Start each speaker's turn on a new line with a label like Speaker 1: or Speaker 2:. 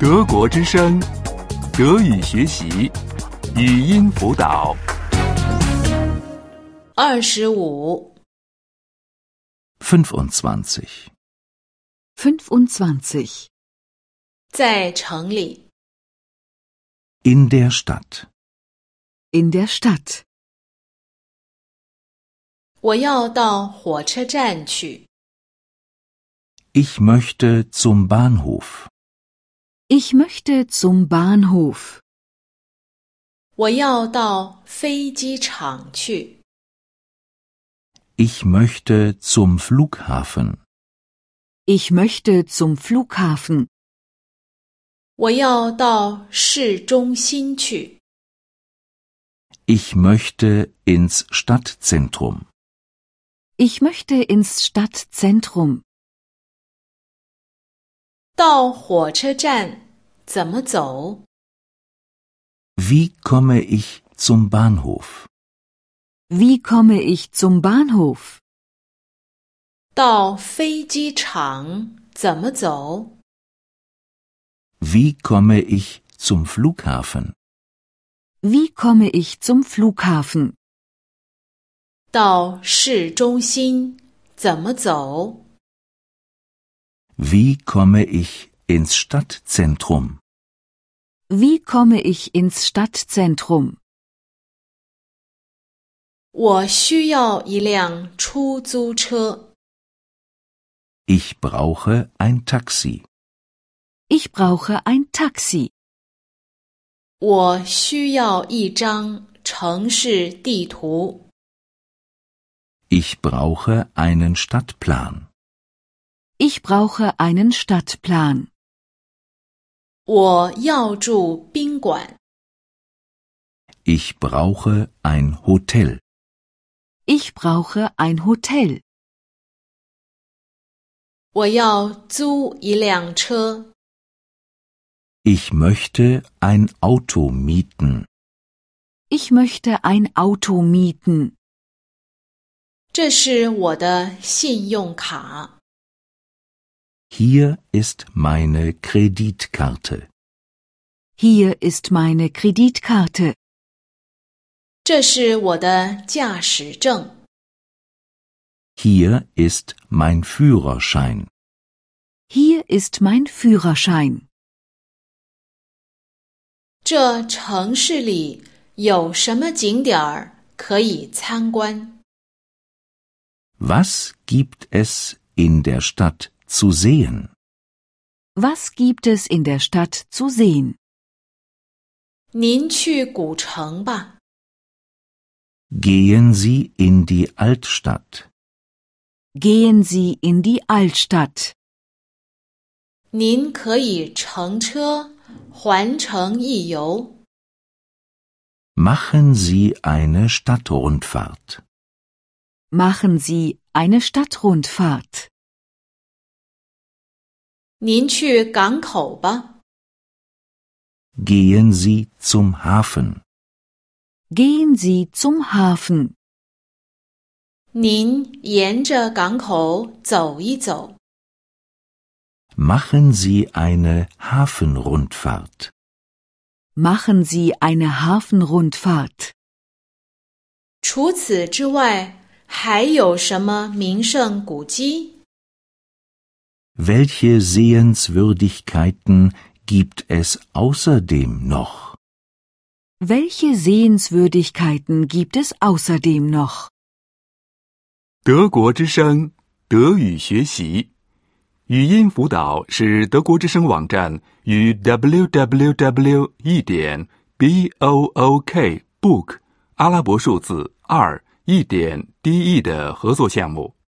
Speaker 1: 德国之声，德语学习，语音辅导。
Speaker 2: 二十五，
Speaker 3: 25.
Speaker 4: 25.
Speaker 2: 在城里，
Speaker 3: In der Stadt.
Speaker 4: In der Stadt.
Speaker 2: 我要到火车站去。
Speaker 3: Ich möchte zum Bahnhof.
Speaker 4: Ich möchte zum Bahnhof.
Speaker 2: 我要到飞机场去。
Speaker 3: Ich möchte zum Flughafen.
Speaker 4: Ich möchte zum Flughafen.
Speaker 2: 我要到市中心去。
Speaker 3: Ich möchte ins Stadtzentrum.
Speaker 4: Ich möchte ins Stadtzentrum.
Speaker 2: 到火车站怎么走？
Speaker 3: Wie komme ich zum Bahnhof?
Speaker 4: Wie komme ich zum Bahnhof?
Speaker 2: 到飞机场怎么走？
Speaker 3: Wie komme ich zum Flughafen?
Speaker 4: Wie komme ich zum Flughafen?
Speaker 2: 到市中心怎么走？
Speaker 3: Wie komme ich ins Stadtzentrum?
Speaker 4: Wie komme ich ins Stadtzentrum?
Speaker 2: 我需要一辆出租车。
Speaker 3: Ich brauche ein Taxi.
Speaker 4: Ich brauche ein Taxi.
Speaker 2: 我需要一张城市地图。
Speaker 3: Ich brauche einen Stadtplan.
Speaker 4: Ich brauche einen Stadtplan.
Speaker 2: 我要住宾馆。
Speaker 3: Ich brauche ein Hotel.
Speaker 4: Ich brauche ein Hotel.
Speaker 2: 我要租一辆车。
Speaker 3: Ich möchte ein Auto mieten.
Speaker 4: Ich möchte ein Auto mieten.
Speaker 2: 这是我的信用卡。
Speaker 3: Hier ist meine Kreditkarte.
Speaker 4: Hier ist meine Kreditkarte.
Speaker 2: 这是我的驾驶证。
Speaker 3: Hier ist mein Führerschein.
Speaker 4: Hier ist mein Führerschein.
Speaker 2: 这城市里有什么景点儿可以参观？
Speaker 3: Was gibt es in der Stadt zu sehen?
Speaker 4: Was gibt es in der Stadt zu sehen?
Speaker 2: 您去古城吧，
Speaker 3: Gehen Sie in die Altstadt.
Speaker 4: Gehen Sie in die Altstadt.
Speaker 2: 您可以乘车环城一游。
Speaker 3: Machen Sie eine Stadtrundfahrt.
Speaker 4: Machen Sie eine Stadtrundfahrt.
Speaker 2: 您去港口吧，
Speaker 3: Gehen Sie zum Hafen.
Speaker 4: Gehen Sie zum Hafen.
Speaker 2: 您沿着港口走一走。
Speaker 3: Machen Sie eine Hafenrundfahrt.
Speaker 4: Machen Sie eine Hafenrundfahrt.
Speaker 2: 除此之外，还有什么名胜古迹？
Speaker 3: Welche Sehenswürdigkeiten gibt es außerdem noch?
Speaker 4: Welche Sehenswürdigkeiten gibt es außerdem noch?
Speaker 1: 德国之声，德语学习，语音辅导是德国之声网站与 www. 一点 b o o k book 阿拉伯数字二一点 d e 的合作项目。